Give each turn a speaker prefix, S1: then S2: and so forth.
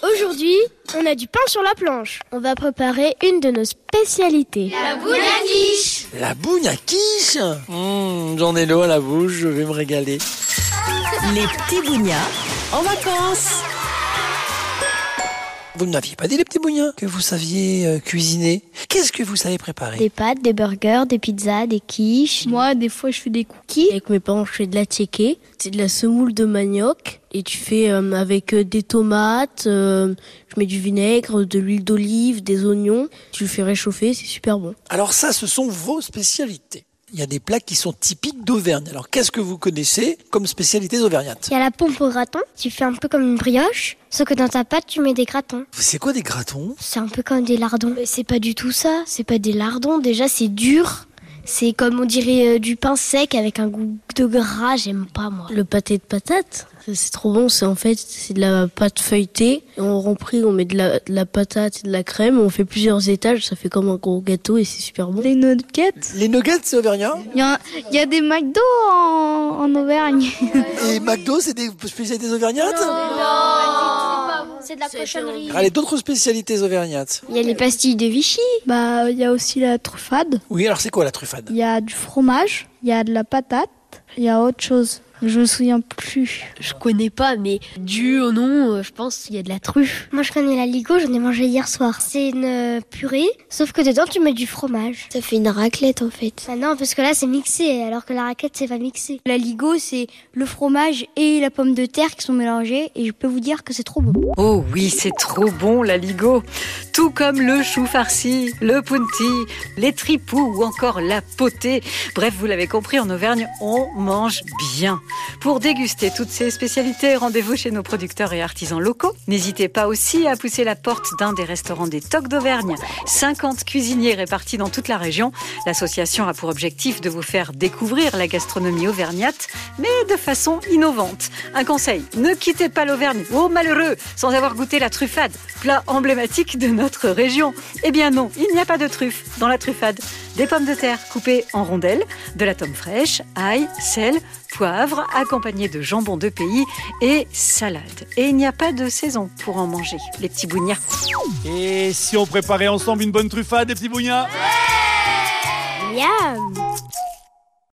S1: Aujourd'hui, on a du pain sur la planche. On va préparer une de nos spécialités.
S2: La boule à quiche
S3: La boule à quiche Mmh, J'en ai l'eau à la bouche, je vais me régaler.
S4: Les petits bougnats en vacances.
S3: Vous n'aviez pas dit les petits bougnats que vous saviez euh, cuisiner. Qu'est-ce que vous savez préparer
S1: Des pâtes, des burgers, des pizzas, des quiches.
S5: Moi, des fois, je fais des cookies.
S6: Avec mes parents, je fais de la tchéké. C'est de la semoule de manioc. Et tu fais euh, avec euh, des tomates, euh, je mets du vinaigre, de l'huile d'olive, des oignons. Tu le fais réchauffer, c'est super bon.
S3: Alors ça, ce sont vos spécialités. Il y a des plats qui sont typiques d'Auvergne. Alors qu'est-ce que vous connaissez comme spécialité auvergnate
S1: Il y a la pompe au gratin. Tu fais un peu comme une brioche, sauf que dans ta pâte, tu mets des gratins.
S3: C'est quoi des gratons
S1: C'est un peu comme des lardons. Mais c'est pas du tout ça. C'est pas des lardons. Déjà, c'est dur. C'est comme on dirait euh, du pain sec avec un goût de gras. J'aime pas, moi.
S6: Le pâté de patates, ça, c'est trop bon. C'est en fait, c'est de la pâte feuilletée. Et on remplit, on met de la, de la patate et de la crème. On fait plusieurs étages, ça fait comme un gros gâteau et c'est super bon.
S5: Des nuggets.
S3: Les nuggets, c'est auvergnat
S1: Ah
S5: Il y, a- il y a des McDo en, en Auvergne.
S3: Et McDo, c'est des spécialités auvergnates
S1: C'est de la cochonnerie.
S3: Allez, d'autres spécialités auvergnates.
S1: Il y a les pastilles de Vichy.
S5: Bah, il y a aussi la truffade.
S3: Oui, alors c'est quoi la truffade
S5: Il y a du fromage. Il y a de la patate. Il y a autre chose. Je me souviens plus.
S7: Je connais pas, mais dû au nom, euh, je pense qu'il y a de la truffe.
S1: Moi, je connais la ligo, j'en ai mangé hier soir. C'est une euh, purée, sauf que dedans, tu mets du fromage.
S2: Ça fait une raclette en fait.
S1: Bah non, parce que là, c'est mixé, alors que la raquette, c'est pas mixé.
S5: La ligo, c'est le fromage et la pomme de terre qui sont mélangées. Et je peux vous dire que c'est trop bon.
S4: Oh oui, c'est trop bon la Ligo. Tout comme le chou farci, le punti, les tripous ou encore la potée. Bref, vous l'avez compris, en Auvergne, on mange bien. Pour déguster toutes ces spécialités, rendez-vous chez nos producteurs et artisans locaux. N'hésitez pas aussi à pousser la porte d'un des restaurants des Tocs d'Auvergne. 50 cuisiniers répartis dans toute la région. L'association a pour objectif de vous faire découvrir la gastronomie auvergnate, mais de façon innovante. Un conseil, ne quittez pas l'Auvergne, oh malheureux, sans avoir goûté la truffade, plat emblématique de notre région. Eh bien non, il n'y a pas de truffe dans la truffade. Des pommes de terre coupées en rondelles, de la tome fraîche, ail, sel, poivre, accompagné de jambon de pays et salade. Et il n'y a pas de saison pour en manger, les petits bougnats.
S8: Et si on préparait ensemble une bonne truffade, des petits bougnats
S1: Miam